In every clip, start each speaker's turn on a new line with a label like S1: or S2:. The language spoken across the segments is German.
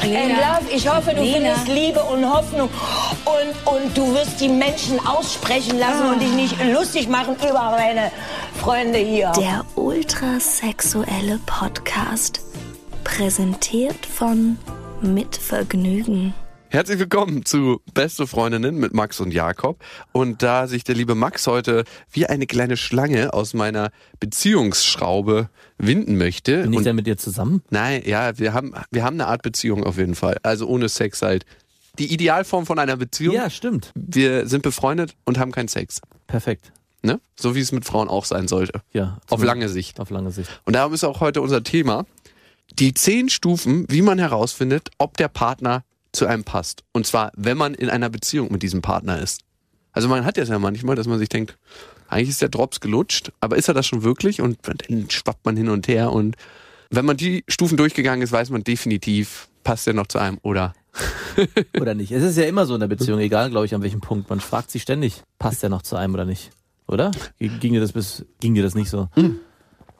S1: and
S2: Nina.
S1: love. Ich hoffe, du
S2: Nina.
S1: findest Liebe und Hoffnung. Und, und du wirst die Menschen aussprechen lassen
S2: Ah.
S1: und dich nicht lustig machen über meine Freunde hier.
S3: Der ultrasexuelle Podcast. Präsentiert von Mit Vergnügen.
S4: Herzlich willkommen zu Beste Freundinnen mit Max und Jakob. Und da sich der liebe Max heute wie eine kleine Schlange aus meiner Beziehungsschraube winden möchte.
S5: Bin ich
S4: und
S5: dann mit dir zusammen?
S4: Nein, ja, wir haben, wir haben eine Art Beziehung auf jeden Fall. Also ohne Sex halt. Die Idealform von einer Beziehung.
S5: Ja, stimmt.
S4: Wir sind befreundet und haben keinen Sex.
S5: Perfekt.
S4: Ne? So wie es mit Frauen auch sein sollte.
S5: Ja.
S4: Auf lange Sicht.
S5: Auf lange Sicht.
S4: Und darum ist auch heute unser Thema die zehn Stufen, wie man herausfindet, ob der Partner zu einem passt. Und zwar, wenn man in einer Beziehung mit diesem Partner ist. Also man hat das ja manchmal, dass man sich denkt, eigentlich ist der Drops gelutscht, aber ist er das schon wirklich? Und dann schwappt man hin und her. Und wenn man die Stufen durchgegangen ist, weiß man definitiv, passt er noch zu einem oder
S5: Oder nicht? Es ist ja immer so in der Beziehung, egal, glaube ich, an welchem Punkt. Man fragt sich ständig, passt der noch zu einem oder nicht? Oder? G- Ging dir das bis, ging dir das nicht so?
S4: Mhm.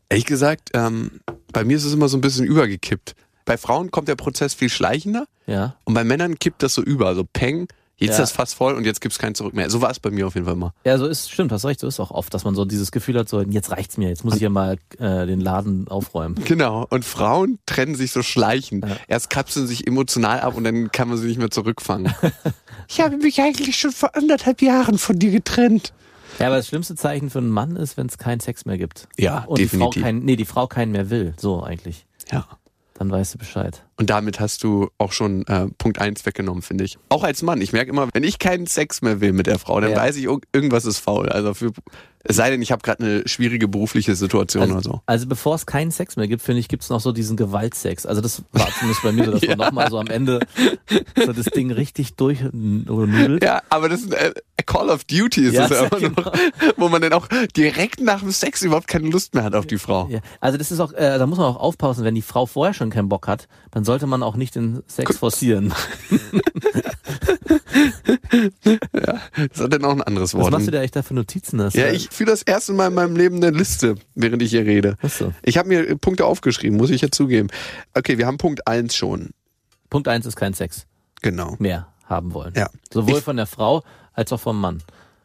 S4: Ehrlich gesagt, ähm, bei mir ist es immer so ein bisschen übergekippt. Bei Frauen kommt der Prozess viel schleichender
S5: Ja.
S4: und bei Männern kippt das so über. Also peng, jetzt ist
S5: Ja.
S4: das fast voll und jetzt gibt's kein Zurück mehr. So war es bei mir auf jeden Fall immer.
S5: Ja, so ist, stimmt, hast recht, so ist auch oft, dass man so dieses Gefühl hat, so, jetzt reicht's mir, jetzt muss ich ja mal äh, den Laden aufräumen.
S4: Genau. Und Frauen trennen sich so schleichend.
S5: Ja.
S4: Erst kapseln sich emotional ab und dann kann man sie nicht mehr zurückfangen. ich habe mich eigentlich schon vor anderthalb Jahren von dir getrennt.
S5: Ja, aber das schlimmste Zeichen für einen Mann ist, wenn es keinen Sex mehr gibt.
S4: Ja,
S5: Und die
S4: definitiv.
S5: Frau keinen, nee, die Frau keinen mehr will, so eigentlich.
S4: Ja.
S5: Dann weißt du Bescheid.
S4: Und damit hast du auch schon äh, Punkt eins weggenommen, finde ich. Auch als Mann. Ich merke immer, wenn ich keinen Sex mehr will mit der Frau, dann
S5: Ja.
S4: weiß ich, irg- irgendwas ist faul. Also für, es sei denn, ich habe gerade eine schwierige berufliche Situation
S5: Also,
S4: oder so.
S5: also bevor es keinen Sex mehr gibt, finde ich, gibt es noch so diesen Gewaltsex. Also das war zumindest bei mir so, dass man nochmal so am Ende so das Ding richtig durchnudelt.
S4: Ja, aber das ist äh, Call of Duty ist
S5: Ja,
S4: es ja immer
S5: genau.
S4: noch, wo man dann auch direkt nach dem Sex überhaupt keine Lust mehr hat auf die Frau.
S5: Ja, also das ist auch, äh, da muss man auch aufpassen, wenn die Frau vorher schon keinen Bock hat, dann sollte man auch nicht den Sex forcieren.
S4: Das hat dann auch ein anderes
S5: Was
S4: Wort.
S5: machst du dir echt da für Notizen? Das äh,
S4: ja, ich fühle das erste Mal in meinem Leben eine Liste, während ich hier rede.
S5: Ach so.
S4: Ich habe mir äh, Punkte aufgeschrieben, muss ich ja zugeben. Okay, wir haben Punkt eins schon.
S5: Punkt eins ist kein Sex
S4: Genau.
S5: mehr haben wollen.
S4: Ja.
S5: Sowohl
S4: Ich-
S5: von der Frau als auch vom Mann.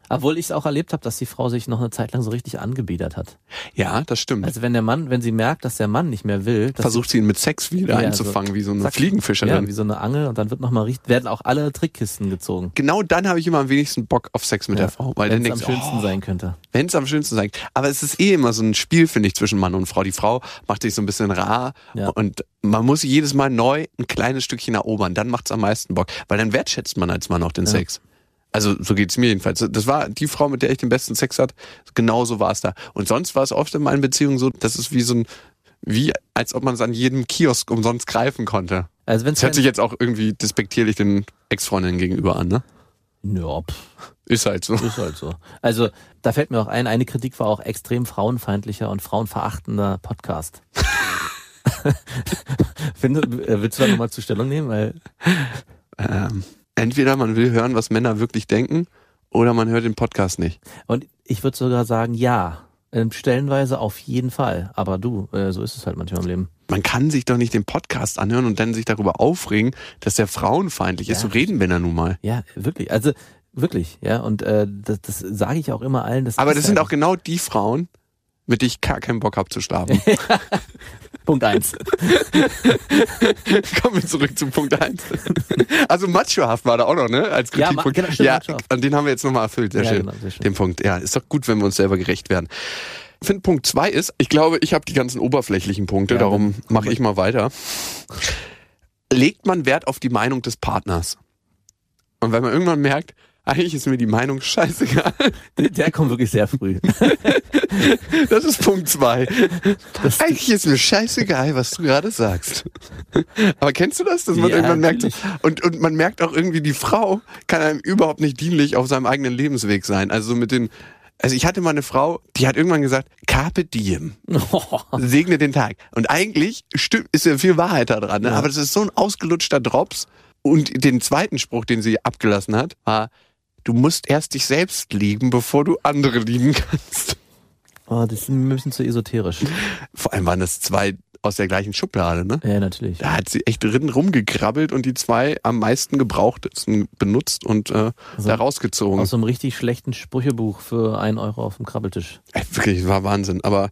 S5: Obwohl ich es auch erlebt habe, dass die Frau sich noch eine Zeit lang so richtig angebiedert hat.
S4: Ja, das stimmt.
S5: Also wenn der Mann, wenn sie merkt, dass der Mann nicht mehr will, dass sie
S4: versucht sie ihn mit Sex wieder
S5: Ja,
S4: einzufangen,
S5: so-
S4: wie so eine
S5: zack.
S4: Fliegenfischerin.
S5: Ja, wie so eine Angel und dann wird noch mal richtig, werden auch alle Trickkisten gezogen.
S4: genau dann habe ich immer am wenigsten Bock auf Sex mit
S5: Ja,
S4: der Frau, weil dann
S5: Wenn es am
S4: denkst du,
S5: schönsten
S4: oh,
S5: sein könnte.
S4: wenn es am schönsten sein. Aber es ist eh immer so ein Spiel, finde ich, zwischen Mann und Frau. Die Frau macht dich so ein bisschen rar
S5: Ja.
S4: und man muss jedes Mal neu ein kleines Stückchen erobern. Dann macht es am meisten Bock, weil dann wertschätzt man als Mann auch den Sex. Also so geht's mir jedenfalls. Das war die Frau, mit der ich den besten Sex hatte. Genauso war es da. Und sonst war es oft in meinen Beziehungen so, dass es wie so ein, wie als ob man es an jedem Kiosk umsonst greifen konnte.
S5: Also wenn
S4: Das hört sich jetzt auch irgendwie despektierlich den Ex-Freundinnen gegenüber an, ne?
S5: ja, pff,
S4: Ist halt so.
S5: ist halt so. Also da fällt mir auch ein, eine Kritik war auch extrem frauenfeindlicher und frauenverachtender Podcast. Finde, äh, willst du da nochmal zur Stellung nehmen? Weil
S4: Ähm, entweder man will hören, was Männer wirklich denken, oder man hört den Podcast nicht.
S5: Und ich würde sogar sagen, ja. Ähm, Stellenweise auf jeden Fall. Aber du, äh, so ist es halt manchmal im Leben.
S4: Man kann sich doch nicht den Podcast anhören und dann sich darüber aufregen, dass der frauenfeindlich ist.
S5: Ja.
S4: So reden Männer nun mal.
S5: Ja, wirklich. Also wirklich, ja. Und äh, das, das sage ich auch immer allen. Das
S4: Aber
S5: ist
S4: das sind
S5: halt-
S4: auch genau die Frauen, mit denen ich gar keinen Bock habe zu schlafen.
S5: Punkt eins.
S4: Kommen wir zurück zum Punkt eins. Also machohaft war da auch noch, ne? Als
S5: Ja, ma-
S4: Kritikpunkt.
S5: genau, stimmt,
S4: ja,
S5: machohaft.
S4: und den haben wir jetzt nochmal erfüllt. Sehr,
S5: Ja,
S4: schön.
S5: genau, sehr schön.
S4: Den Punkt. Ja, ist doch gut, wenn wir uns selber gerecht werden. Ich finde, Punkt zwei ist, ich glaube, ich habe die ganzen oberflächlichen Punkte,
S5: Ja,
S4: darum
S5: dann-
S4: mache ich mal weiter. legt man Wert auf die Meinung des Partners. Und wenn man irgendwann merkt, eigentlich ist mir die Meinung scheißegal,
S5: Der kommt wirklich sehr früh.
S4: das ist Punkt zwei.
S5: Das-
S4: Eigentlich ist mir scheißegal, was du gerade sagst. Aber kennst du das, dass man
S5: Ja,
S4: irgendwann merkt,
S5: natürlich.
S4: und, und man merkt auch irgendwie, die Frau kann einem überhaupt nicht dienlich auf seinem eigenen Lebensweg sein. Also so mit den, also ich hatte mal eine Frau, die hat irgendwann gesagt, Carpe diem,
S5: Ah,
S4: segne den Tag. Und eigentlich stimmt, ist ja viel Wahrheit da dran, ne?
S5: Ja.
S4: aber das ist so ein ausgelutschter Drops. Und den zweiten Spruch, den sie abgelassen hat, war, du musst erst dich selbst lieben, bevor du andere lieben kannst.
S5: Oh, das ist ein bisschen zu esoterisch.
S4: Vor allem waren das zwei aus der gleichen Schublade, ne?
S5: Ja, natürlich.
S4: Da hat sie echt drin rumgekrabbelt und die zwei am meisten gebrauchtesten benutzt und äh, da rausgezogen.
S5: Also Aus so einem richtig schlechten Sprüchebuch für einen Euro auf dem Krabbeltisch.
S4: Ey, Wirklich, war Wahnsinn. Aber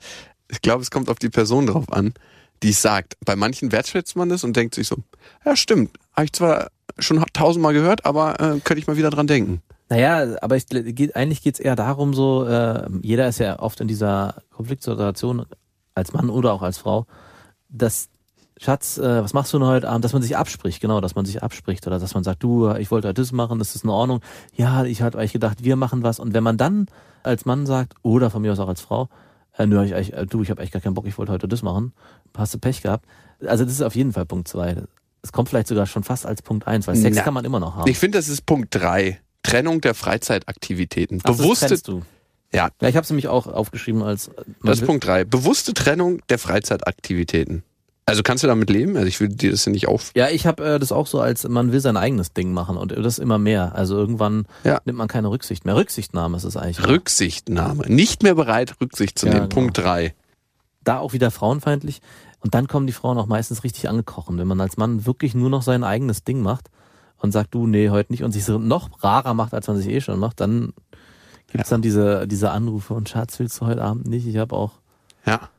S4: ich glaube, es kommt auf die Person drauf an, die es sagt. Bei manchen wertschätzt man das und denkt sich so, ja stimmt, habe ich zwar schon tausendmal gehört, aber äh, könnte ich mal wieder dran denken.
S5: Naja, aber ich, geht, eigentlich geht's eher darum, so, äh, jeder ist ja oft in dieser Konfliktsituation, als Mann oder auch als Frau, dass, Schatz, äh, was machst du denn heute Abend, dass man sich abspricht, genau, dass man sich abspricht oder dass man sagt, du, ich wollte heute das machen, ist das in Ordnung? Ja, ich hatte eigentlich gedacht, wir machen was. Und wenn man dann als Mann sagt, oder von mir aus auch als Frau, äh, nö, ich, ich, äh, du, ich habe eigentlich gar keinen Bock, ich wollte heute das machen, hast du Pech gehabt. Also das ist auf jeden Fall Punkt zwei. Es kommt vielleicht sogar schon fast als Punkt eins, weil Sex
S4: Na.
S5: kann man immer noch haben.
S4: Ich finde, das ist Punkt drei. Trennung der Freizeitaktivitäten.
S5: Ach, das
S4: Bewusste,
S5: trennst du.
S4: Ja.
S5: ja ich habe es nämlich auch aufgeschrieben als. äh, man
S4: das ist
S5: will-
S4: Punkt drei. Bewusste Trennung der Freizeitaktivitäten. Also kannst du damit leben? Also ich will dir das ja nicht auf.
S5: Ja, ich habe äh, das auch so als, man will sein eigenes Ding machen und das immer mehr. Also irgendwann
S4: Ja.
S5: nimmt man keine Rücksicht mehr. Rücksichtnahme ist es eigentlich.
S4: Rücksichtnahme. Nicht mehr bereit, Rücksicht zu
S5: Ja,
S4: nehmen.
S5: genau.
S4: Punkt drei.
S5: da auch wieder frauenfeindlich. Und dann kommen die Frauen auch meistens richtig angekrochen, wenn man als Mann wirklich nur noch sein eigenes Ding macht und sagt, du, nee, heute nicht und sich so noch rarer macht, als man sich eh schon macht, dann gibt's dann diese, diese Anrufe und Schatz, willst du heute Abend nicht? Ich habe auch.
S4: Ja.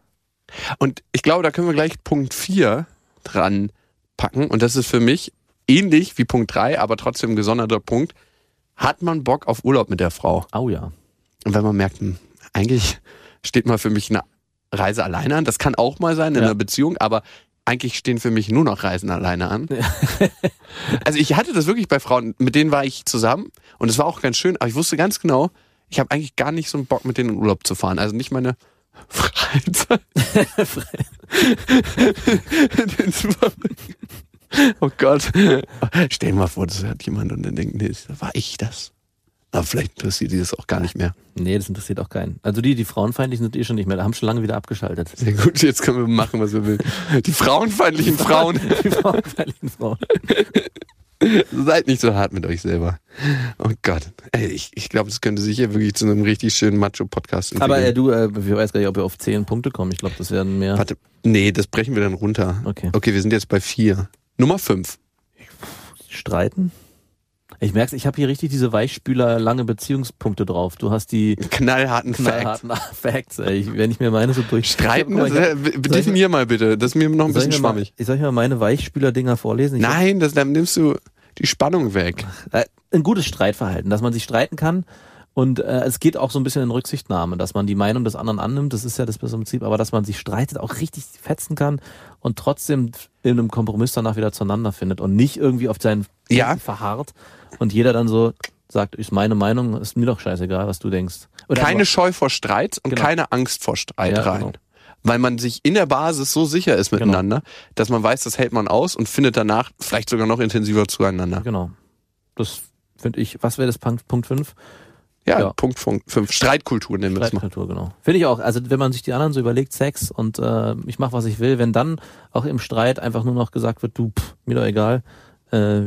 S4: Und ich glaube, da können wir gleich Punkt 4 dran packen. Und das ist für mich ähnlich wie Punkt 3, aber trotzdem ein gesonderter Punkt. Hat man Bock auf Urlaub mit der Frau?
S5: Au ja.
S4: Und wenn man merkt, hm, eigentlich steht mal für mich eine Reise alleine an. Das kann auch mal sein in
S5: Ja.
S4: einer Beziehung, aber eigentlich stehen für mich nur noch Reisen alleine an. also ich hatte das wirklich bei Frauen, mit denen war ich zusammen und es war auch ganz schön, aber ich wusste ganz genau, ich habe eigentlich gar nicht so einen Bock, mit denen in Urlaub zu fahren. Also nicht meine Freizeit. Den zu verbringen. oh Gott. Stell dir mal vor, das hört jemand und dann denkt, nee, das war ich das. Aber vielleicht interessiert die das auch gar nicht mehr.
S5: Nee, das interessiert auch keinen. Also die, die frauenfeindlich sind eh schon nicht mehr, da haben schon lange wieder abgeschaltet.
S4: Sehr gut, jetzt können wir machen, was wir wollen. Die frauenfeindlichen Frauen,
S5: Die frauenfeindlichen Frauen.
S4: seid nicht so hart mit euch selber. Oh Gott. Ey, ich, ich glaube, das könnte sich hier wirklich zu einem richtig schönen Macho-Podcast entwickeln.
S5: Aber äh, du, äh, ich weiß gar nicht, ob wir auf zehn Punkte kommen. Ich glaube, das werden mehr.
S4: Warte, nee, das brechen wir dann runter.
S5: Okay.
S4: Okay, wir sind jetzt bei vier. Nummer fünf.
S5: Streiten? Ich merk's, ich habe hier richtig diese Weichspüler lange Beziehungspunkte drauf. Du hast die
S4: Knallharten, Facts.
S5: knallharten Facts, ey. Ich, wenn ich mir meine so durch
S4: Streiten?
S5: Ich hab- guck mal, ich hab-
S4: Das, äh, definier mal bitte. Das ist mir noch ein
S5: soll ich
S4: bisschen
S5: mir mal,
S4: schwammig.
S5: ich soll ich mir meine Weichspüler-Dinger vorlesen? Ich
S4: Nein, das, dann nimmst du die Spannung weg.
S5: Äh, ein gutes Streitverhalten, dass man sich streiten kann. Und äh, es geht auch so ein bisschen in Rücksichtnahme, dass man die Meinung des anderen annimmt, das ist ja das Prinzip, aber dass man sich streitet, auch richtig fetzen kann und trotzdem in einem Kompromiss danach wieder zueinander findet und nicht irgendwie auf seinen
S4: Ja.
S5: Punkten verharrt und jeder dann so sagt, ist meine Meinung, ist mir doch scheißegal, was du denkst. Oder
S4: keine
S5: aber-
S4: Scheu vor Streit und
S5: Genau.
S4: keine Angst vor Streit
S5: Ja,
S4: rein.
S5: genau.
S4: Weil man sich in der Basis so sicher ist miteinander, dass man weiß, das hält man aus und findet danach vielleicht sogar noch intensiver zueinander.
S5: Genau. Das finde ich, was wäre das Punkt Punkt fünf?
S4: Ja,
S5: Ja.
S4: Punkt 5. Streitkultur nennen wir das mal.
S5: Streitkultur, genau. Finde ich auch. Also wenn man sich die anderen so überlegt, Sex und äh, ich mache, was ich will, wenn dann auch im Streit einfach nur noch gesagt wird, du, pff, mir doch egal, äh,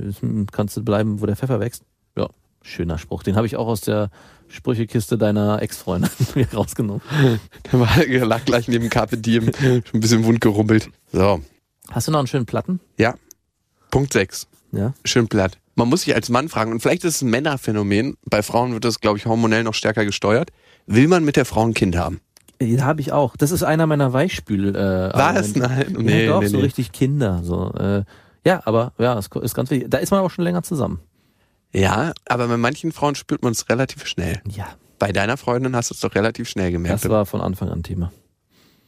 S5: kannst du bleiben, wo der Pfeffer wächst. Ja, schöner Spruch. Den habe ich auch aus der Sprüchekiste deiner Ex-Freundin mir rausgenommen.
S4: Der war- der lag gleich neben Carpe Diem, schon ein bisschen wund gerumpelt. So,
S5: Hast du noch einen schönen Platten?
S4: ja. Punkt 6.
S5: Ja.
S4: Schön platt. Man muss sich als Mann fragen, und vielleicht ist es ein Männerphänomen, bei Frauen wird das, glaube ich, hormonell noch stärker gesteuert. Will man mit der Frau ein Kind haben?
S5: Den habe ich auch. Das ist einer meiner Weichspül. Äh,
S4: Was?
S5: Argumente.
S4: Nein.
S5: Nee, doch, so richtig Kinder. So. Äh, ja, aber ja, ist, ist ganz wichtig. Da ist man auch schon länger zusammen.
S4: Ja, aber bei manchen Frauen spürt man es relativ schnell.
S5: Ja.
S4: Bei deiner Freundin hast du es doch relativ schnell gemerkt.
S5: Das war von Anfang an Thema.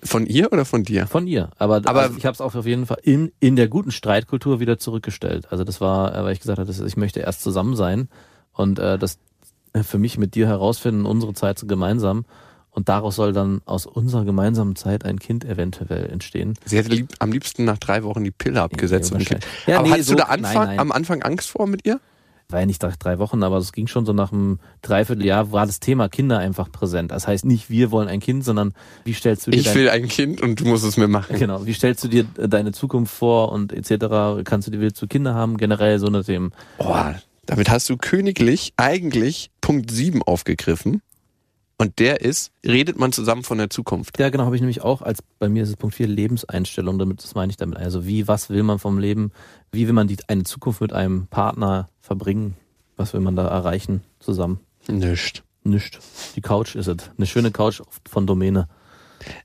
S4: Von ihr oder von dir?
S5: Von ihr. Aber,
S4: Aber-
S5: also ich habe es auch auf jeden Fall in, in der guten Streitkultur wieder zurückgestellt. Also das war, äh, weil ich gesagt hatte, das- ich möchte erst zusammen sein und äh, das äh, für mich mit dir herausfinden, unsere Zeit so gemeinsam. Und daraus soll dann aus unserer gemeinsamen Zeit ein Kind eventuell entstehen.
S4: Sie hätte lieb, am liebsten nach drei Wochen die Pille abgesetzt.
S5: Ja,
S4: und
S5: wahrscheinlich.
S4: gekriegt.
S5: Ja,
S4: Aber
S5: nee,
S4: hattest
S5: so-
S4: du da Anfang,
S5: nein, nein.
S4: am Anfang Angst vor mit ihr?
S5: War ja nicht nach drei Wochen, aber es ging schon so nach einem Dreivierteljahr, war das Thema Kinder einfach präsent. Das heißt nicht, wir wollen ein Kind, sondern wie stellst du dir
S4: Ich
S5: dein
S4: will ein Kind und du musst es mir machen.
S5: Genau, wie stellst du dir äh, deine Zukunft vor und etc.? Kannst du dir willst du Kinder haben? Generell so eine Themen.
S4: Oh, damit hast du königlich eigentlich Punkt 7 aufgegriffen. Und der ist, redet man zusammen von der Zukunft.
S5: Ja, genau, habe ich nämlich auch als bei mir ist es Punkt 4 Lebenseinstellung, damit das meine ich damit. Also wie, was will man vom Leben? Wie will man die, eine Zukunft mit einem Partner verbringen? Was will man da erreichen zusammen?
S4: Nicht.
S5: Nischt. Die Couch ist es. Eine schöne Couch von Domäne.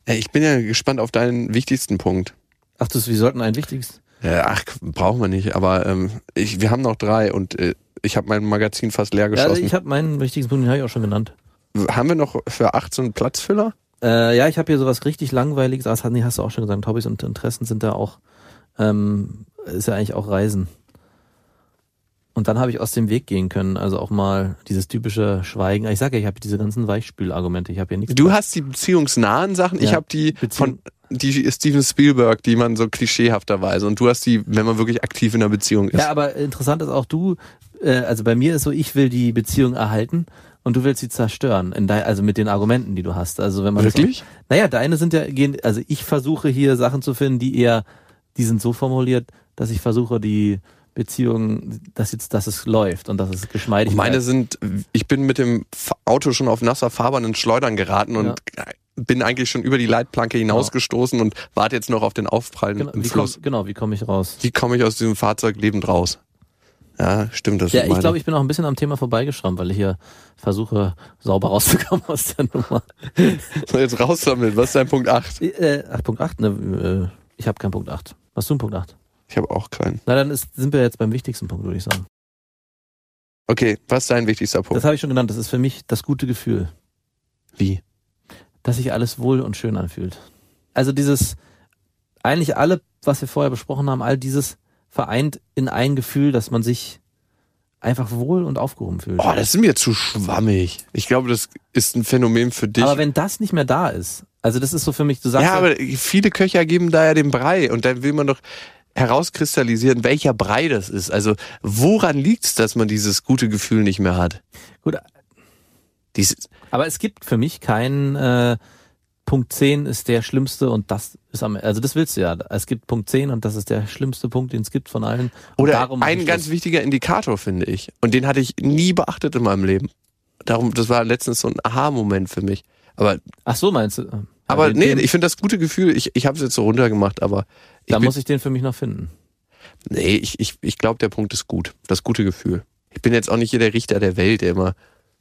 S4: Ey, Äh, Ich bin ja gespannt auf deinen wichtigsten Punkt.
S5: Ach, das, wir sollten ein wichtiges.
S4: Äh, Ach, brauchen wir nicht, aber ähm, ich, wir haben noch drei und äh, ich habe mein Magazin fast leer
S5: Ja, also
S4: geschossen.
S5: ich habe meinen wichtigsten Punkt, den habe ich auch schon genannt.
S4: haben wir noch für 18 Platzfüller?
S5: Äh, ja, ich habe hier sowas richtig langweiliges. Ah, das hat- nee, hast du auch schon gesagt. Hobbys und Interessen sind da auch, ähm, ist ja eigentlich auch Reisen. Und dann habe ich aus dem Weg gehen können. Also auch mal dieses typische Schweigen. Ich sage ja, ich habe diese ganzen Weichspülargumente. Ich habe hier nichts.
S4: Du hast die beziehungsnahen Sachen, ich
S5: Ja,
S4: habe die von
S5: Beziehung-
S4: die Steven Spielberg, die man so klischeehafterweise und du hast die, wenn man wirklich aktiv in einer Beziehung ist.
S5: ja, aber interessant ist auch du, äh, also bei mir ist so, ich will die Beziehung erhalten und du willst sie zerstören. In dein, also mit den Argumenten, die du hast. Also wenn man das-
S4: Wirklich?
S5: Naja, deine sind ja gehen, also ich versuche hier Sachen zu finden, die eher, die sind so formuliert, dass ich versuche, die Beziehung, dass jetzt, dass es läuft und dass es geschmeidig
S4: Meine
S5: bleibt.
S4: sind, ich bin mit dem F- Auto schon auf nasser Fahrbahn ins Schleudern geraten und bin eigentlich schon über die Leitplanke hinausgestoßen und warte jetzt noch auf den Aufprall
S5: Genau,
S4: im
S5: wie komm,
S4: Fluss.
S5: genau, wie komme ich raus?
S4: Wie komme ich aus diesem Fahrzeug lebend raus? Ja, stimmt das.
S5: Ja, ich glaube, ich bin auch ein bisschen am Thema vorbeigeschrammt, weil ich hier versuche, sauber rauszukommen aus der Nummer.
S4: ich jetzt raus damit. Was ist dein Punkt 8?
S5: Äh, ach, Punkt 8, ne, äh, ich habe keinen Punkt 8. Hast du einen Punkt 8?
S4: Ich habe auch keinen.
S5: Na, dann ist, sind wir jetzt beim wichtigsten Punkt, würde ich sagen.
S4: Okay, was ist dein wichtigster Punkt?
S5: Das habe ich schon genannt, das ist für mich das gute Gefühl.
S4: Wie?
S5: dass sich alles wohl und schön anfühlt. Also dieses, eigentlich alle, was wir vorher besprochen haben, all dieses vereint in ein Gefühl, dass man sich einfach wohl und aufgehoben fühlt.
S4: Oh, das ist mir zu schwammig. Ich glaube, das ist ein Phänomen für dich.
S5: Aber wenn das nicht mehr da ist, also das ist so für mich, du sagst,
S4: ja, aber viele Köcher geben da ja den Brei und dann will man doch herauskristallisieren, welcher Brei das ist. Also woran liegt es, dass man dieses gute Gefühl nicht mehr hat?
S5: gut,
S4: Dies,
S5: aber es gibt für mich keinen äh, Punkt 10 ist der schlimmste und das ist am, also das willst du ja. Es gibt Punkt 10 und das ist der schlimmste Punkt, den es gibt von allen. Und
S4: oder
S5: darum
S4: ein
S5: ich
S4: ganz
S5: das-
S4: wichtiger Indikator, finde ich. Und den hatte ich nie beachtet in meinem Leben. Darum, das war letztens so ein Aha-Moment für mich. Aber,
S5: Ach so meinst du? Ja,
S4: aber
S5: den,
S4: nee,
S5: den,
S4: ich finde das gute Gefühl, ich, ich habe es jetzt so runtergemacht, aber ich
S5: da
S4: bin-
S5: muss ich den für mich noch finden.
S4: Nee, ich, ich, ich glaube, der Punkt ist gut. Das gute Gefühl. Ich bin jetzt auch nicht hier der Richter der Welt, der immer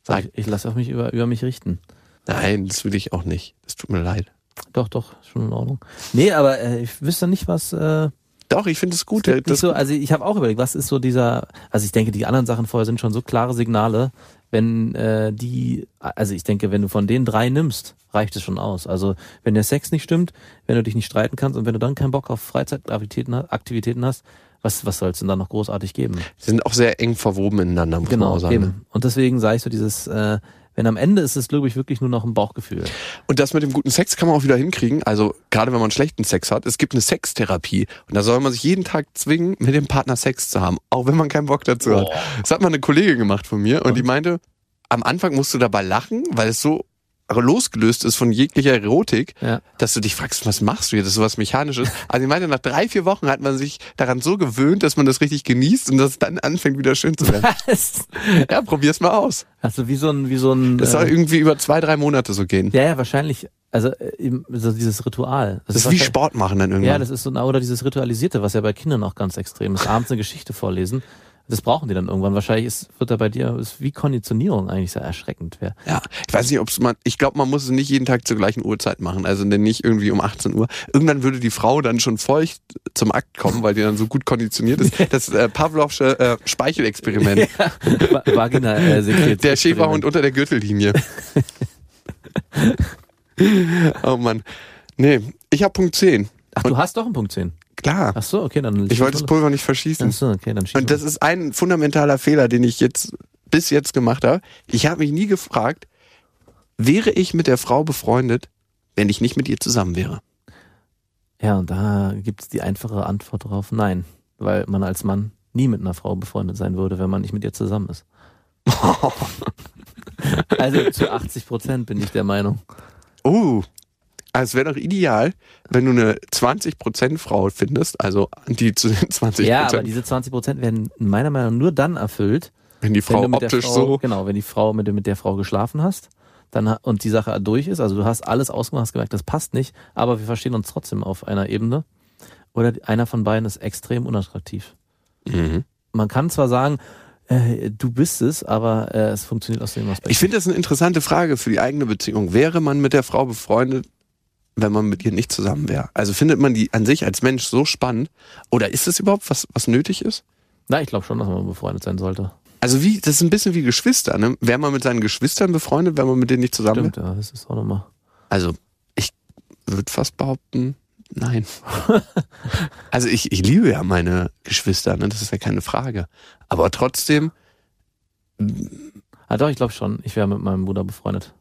S4: sagt,
S5: Ich, ich lasse auf mich über, über mich richten.
S4: nein, das will ich auch nicht. Das tut mir leid.
S5: Doch, doch, schon in Ordnung. Nee, aber äh, ich wüsste nicht, was. Äh,
S4: Doch, ich finde es gut.
S5: gibt nicht
S4: Das,
S5: so, also ich habe auch überlegt, was ist so dieser. Also ich denke, die anderen Sachen vorher sind schon so klare Signale, wenn äh, die. Also ich denke, wenn du von den drei nimmst, reicht es schon aus. Also wenn der Sex nicht stimmt, wenn du dich nicht streiten kannst und wenn du dann keinen Bock auf Freizeitaktivitäten ha- Aktivitäten hast, was, was soll es denn dann noch großartig geben?
S4: die sind auch sehr eng verwoben ineinander, muss man auch sagen. ne?
S5: Genau, eben. Und deswegen sage ich so dieses. Äh, wenn am Ende ist es, glaube ich, wirklich nur noch ein Bauchgefühl.
S4: Und das mit dem guten Sex kann man auch wieder hinkriegen. Also gerade wenn man schlechten Sex hat, es gibt eine Sextherapie. Und da soll man sich jeden Tag zwingen, mit dem Partner Sex zu haben, auch wenn man keinen Bock dazu hat. Das hat mal eine Kollegin gemacht von mir und die meinte, am Anfang musst du dabei lachen, weil es so losgelöst ist von jeglicher Erotik,
S5: Ja.
S4: dass du dich fragst, was machst du hier? Das ist sowas Mechanisches. Also ich meine, nach drei, vier Wochen hat man sich daran so gewöhnt, dass man das richtig genießt und dass es dann anfängt, wieder schön zu werden. ja, probier's mal aus.
S5: Also wie so ein, wie so ein. äh,
S4: Das soll irgendwie über zwei, drei Monate so gehen.
S5: Ja, ja, wahrscheinlich. Also äh, eben so dieses Ritual.
S4: Das ist wie
S5: wahrscheinlich-
S4: Sport machen dann irgendwann.
S5: Ja, das ist so, na, oder dieses Ritualisierte, was ja bei Kindern auch ganz extrem ist. Abends eine Geschichte vorlesen. Das brauchen die dann irgendwann. Wahrscheinlich ist, wird da bei dir, ist wie Konditionierung eigentlich sehr erschreckend. Wär.
S4: Ja, ich weiß nicht, ob's man, ich glaube, man muss es nicht jeden Tag zur gleichen Uhrzeit machen, also denn nicht irgendwie um 18 Uhr. Irgendwann würde die Frau dann schon feucht zum Akt kommen, weil die dann so gut konditioniert ist. Das äh, Pavlovsche äh, Speichelexperiment,
S5: Va- Vagina, äh, Sekret-
S4: der Schäferhund unter der Gürtellinie. oh Mann. Nee, ich habe Punkt 10.
S5: Ach, du hast doch einen Punkt 10.
S4: Klar.
S5: Ach so, okay, dann.
S4: Ich wollte das Pulver nicht
S5: Ach
S4: verschießen.
S5: so, okay, dann schieß
S4: Und das
S5: mal.
S4: ist ein fundamentaler Fehler, den ich jetzt bis jetzt gemacht habe. Ich habe mich nie gefragt, wäre ich mit der Frau befreundet, wenn ich nicht mit ihr zusammen wäre?
S5: Ja, und da gibt's die einfache Antwort drauf: Nein, weil man als Mann nie mit einer Frau befreundet sein würde, wenn man nicht mit ihr zusammen ist. Also zu 80 Prozent bin ich der Meinung. Uh.
S4: Oh, also es wäre doch ideal, wenn du eine 20% Frau findest, also die zu den 20%,
S5: Ja, aber diese 20 Prozent werden meiner Meinung nach nur dann erfüllt,
S4: wenn die Frau
S5: wenn du mit
S4: optisch
S5: der Frau,
S4: so.
S5: Genau, wenn die Frau, mit, der- mit der Frau geschlafen hast dann, ha- und die Sache durch ist, also du hast alles ausgemacht, hast gemerkt, das passt nicht, aber wir verstehen uns trotzdem auf einer Ebene. Oder die- einer von beiden ist extrem unattraktiv.
S4: Mhm.
S5: Man kann zwar sagen, äh, du bist es, aber äh, es funktioniert aus dem Aspekt.
S4: Ich finde das eine interessante Frage für die eigene Beziehung. Wäre man mit der Frau befreundet, wenn man mit ihr nicht zusammen wäre? Also findet man die an sich als Mensch so spannend? Oder ist es überhaupt was, was nötig ist?
S5: Na, ich glaube schon, dass man befreundet sein sollte.
S4: Also wie, das ist ein bisschen wie Geschwister, ne? Wäre man mit seinen Geschwistern befreundet, wenn man mit denen nicht zusammen
S5: Stimmt,
S4: wäre?
S5: ja, das ist auch nochmal.
S4: Also, ich würde fast behaupten, nein. also ich, ich liebe ja meine Geschwister, ne? Das ist ja keine Frage. Aber trotzdem,
S5: Ah, doch, ich glaube schon, ich wäre mit meinem Bruder befreundet.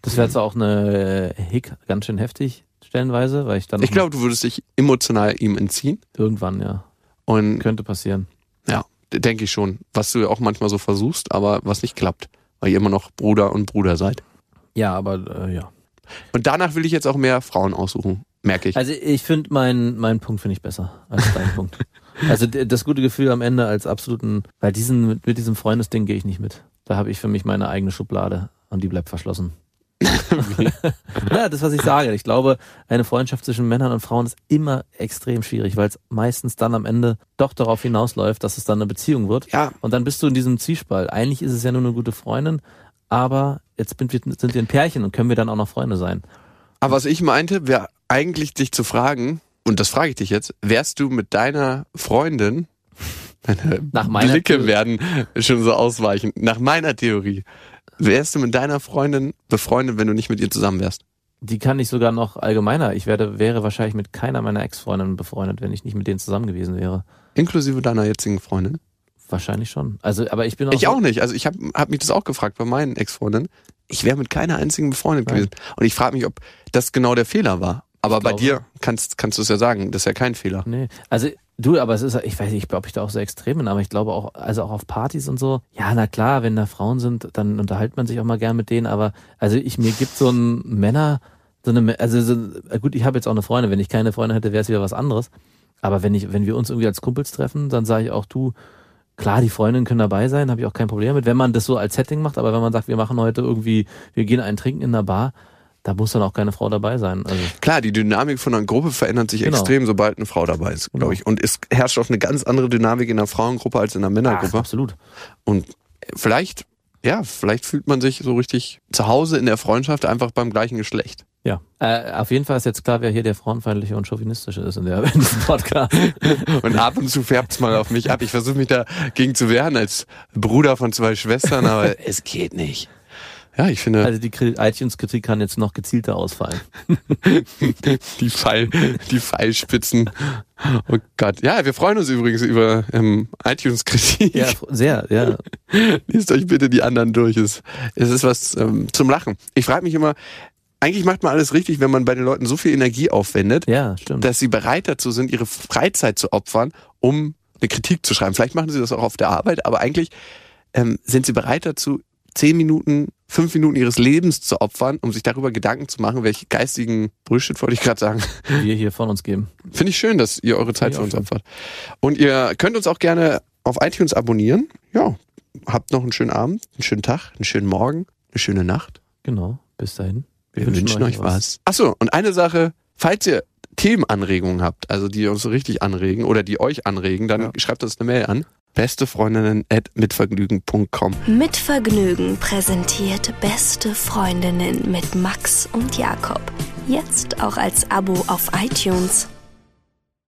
S5: Das
S4: Mhm.
S5: wäre zwar auch eine äh, Hick, ganz schön heftig, stellenweise, weil ich dann
S4: ich glaube, du würdest dich emotional ihm entziehen.
S5: irgendwann, ja,
S4: Und
S5: könnte passieren.
S4: Ja, denke ich schon. Was du ja auch manchmal so versuchst, aber was nicht klappt, weil ihr immer noch Bruder und Bruder seid.
S5: Ja, aber äh, ja.
S4: Und danach will ich jetzt auch mehr Frauen aussuchen, merke ich.
S5: Also ich finde meinen meinen Punkt finde ich besser als deinen Punkt. Also d- das gute Gefühl am Ende als absoluten, weil diesen mit, mit diesem Freundesding gehe ich nicht mit. Da habe ich für mich meine eigene Schublade und die bleibt verschlossen. ja, das was ich sage. Ich glaube, eine Freundschaft zwischen Männern und Frauen ist immer extrem schwierig, weil es meistens dann am Ende doch darauf hinausläuft, dass es dann eine Beziehung wird.
S4: ja,
S5: Und dann bist du in diesem Zwiespalt. Eigentlich ist es ja nur eine gute Freundin, aber jetzt sind wir, sind wir ein Pärchen und können wir dann auch noch Freunde sein.
S4: aber was ich meinte, wäre eigentlich dich zu fragen, und das frage ich dich jetzt, wärst du mit deiner Freundin, deine
S5: Nach meiner
S4: Blicke
S5: Theorie.
S4: werden schon so ausweichen, nach meiner Theorie, wärst du mit deiner Freundin befreundet, wenn du nicht mit ihr zusammen wärst?
S5: Die kann ich sogar noch allgemeiner. Ich werde, wäre wahrscheinlich mit keiner meiner Ex-Freundinnen befreundet, wenn ich nicht mit denen zusammen gewesen wäre.
S4: Inklusive deiner jetzigen Freundin?
S5: Wahrscheinlich schon. Also, aber ich bin auch.
S4: Ich auch nicht. Also ich habe hab mich das auch gefragt bei meinen Ex-Freundinnen. Ich wäre mit keiner einzigen befreundet
S5: Nein.
S4: gewesen. Und ich frage mich, ob das genau der Fehler war. Aber
S5: Ich
S4: bei
S5: glaube-
S4: dir kannst, kannst du es ja sagen, das ist ja kein Fehler.
S5: Nee. Also, du, aber es ist, ich weiß nicht, ob ich da auch so extrem bin, aber ich glaube auch, also auch auf Partys und so. Ja, na klar, wenn da Frauen sind, dann unterhält man sich auch mal gern mit denen, aber also ich, mir gibt so ein Männer, so eine, also so, gut, ich habe jetzt auch eine Freundin. Wenn ich keine Freundin hätte, wäre es wieder was anderes. Aber wenn ich, wenn wir uns irgendwie als Kumpels treffen, dann sage ich auch, du, klar, die Freundinnen können dabei sein, habe ich auch kein Problem mit, wenn man das so als Setting macht, aber wenn man sagt, wir machen heute irgendwie, wir gehen einen trinken in einer Bar, da muss dann auch keine Frau dabei sein. Also,
S4: Klar, die Dynamik von einer Gruppe verändert sich
S5: Genau.
S4: extrem, sobald eine Frau dabei ist, glaube ich. Und es herrscht auch eine ganz andere Dynamik in der Frauengruppe als in der
S5: ach,
S4: Männergruppe.
S5: absolut.
S4: Und vielleicht, ja, vielleicht fühlt man sich so richtig zu Hause in der Freundschaft einfach beim gleichen Geschlecht.
S5: Ja. Äh, auf jeden Fall ist jetzt klar, wer hier der frauenfeindliche und chauvinistische ist in, der, in diesem Podcast.
S4: Und ab und zu färbt's mal auf mich ab. Ich versuche mich dagegen zu wehren als Bruder von zwei Schwestern, aber es geht nicht. Ja, ich finde,
S5: Also die Kri- iTunes-Kritik kann jetzt noch gezielter ausfallen.
S4: die, Pfeil, die Pfeilspitzen. Oh Gott. Ja, wir freuen uns übrigens über ähm, iTunes-Kritik.
S5: Ja, fr- sehr, ja.
S4: Lest euch bitte die anderen durch. Es, es ist was ähm, zum Lachen. Ich frage mich immer, eigentlich macht man alles richtig, wenn man bei den Leuten so viel Energie aufwendet,
S5: Ja, stimmt.
S4: dass sie bereit dazu sind, ihre Freizeit zu opfern, um eine Kritik zu schreiben. Vielleicht machen sie das auch auf der Arbeit, aber eigentlich ähm, sind sie bereit dazu, zehn Minuten, fünf Minuten ihres Lebens zu opfern, um sich darüber Gedanken zu machen, welche geistigen Bullshit wollte ich gerade sagen.
S5: wir hier von uns geben.
S4: Finde ich schön, dass ihr eure Zeit
S5: ich
S4: für
S5: auch
S4: uns
S5: schön.
S4: opfert. Und ihr könnt uns auch gerne auf iTunes abonnieren. Ja, habt noch einen schönen Abend, einen schönen Tag, einen schönen Morgen, eine schöne Nacht.
S5: Genau. Bis dahin.
S4: Wir wünschen, euch was. Achso, und eine Sache, falls ihr Themenanregungen habt, also die uns so richtig anregen oder die euch anregen, dann schreibt uns eine Mail an. Bestefreundinnen at mitvergnügen.com.
S3: Mit Vergnügen präsentiert Beste Freundinnen mit Max und Jakob. Jetzt auch als Abo auf iTunes.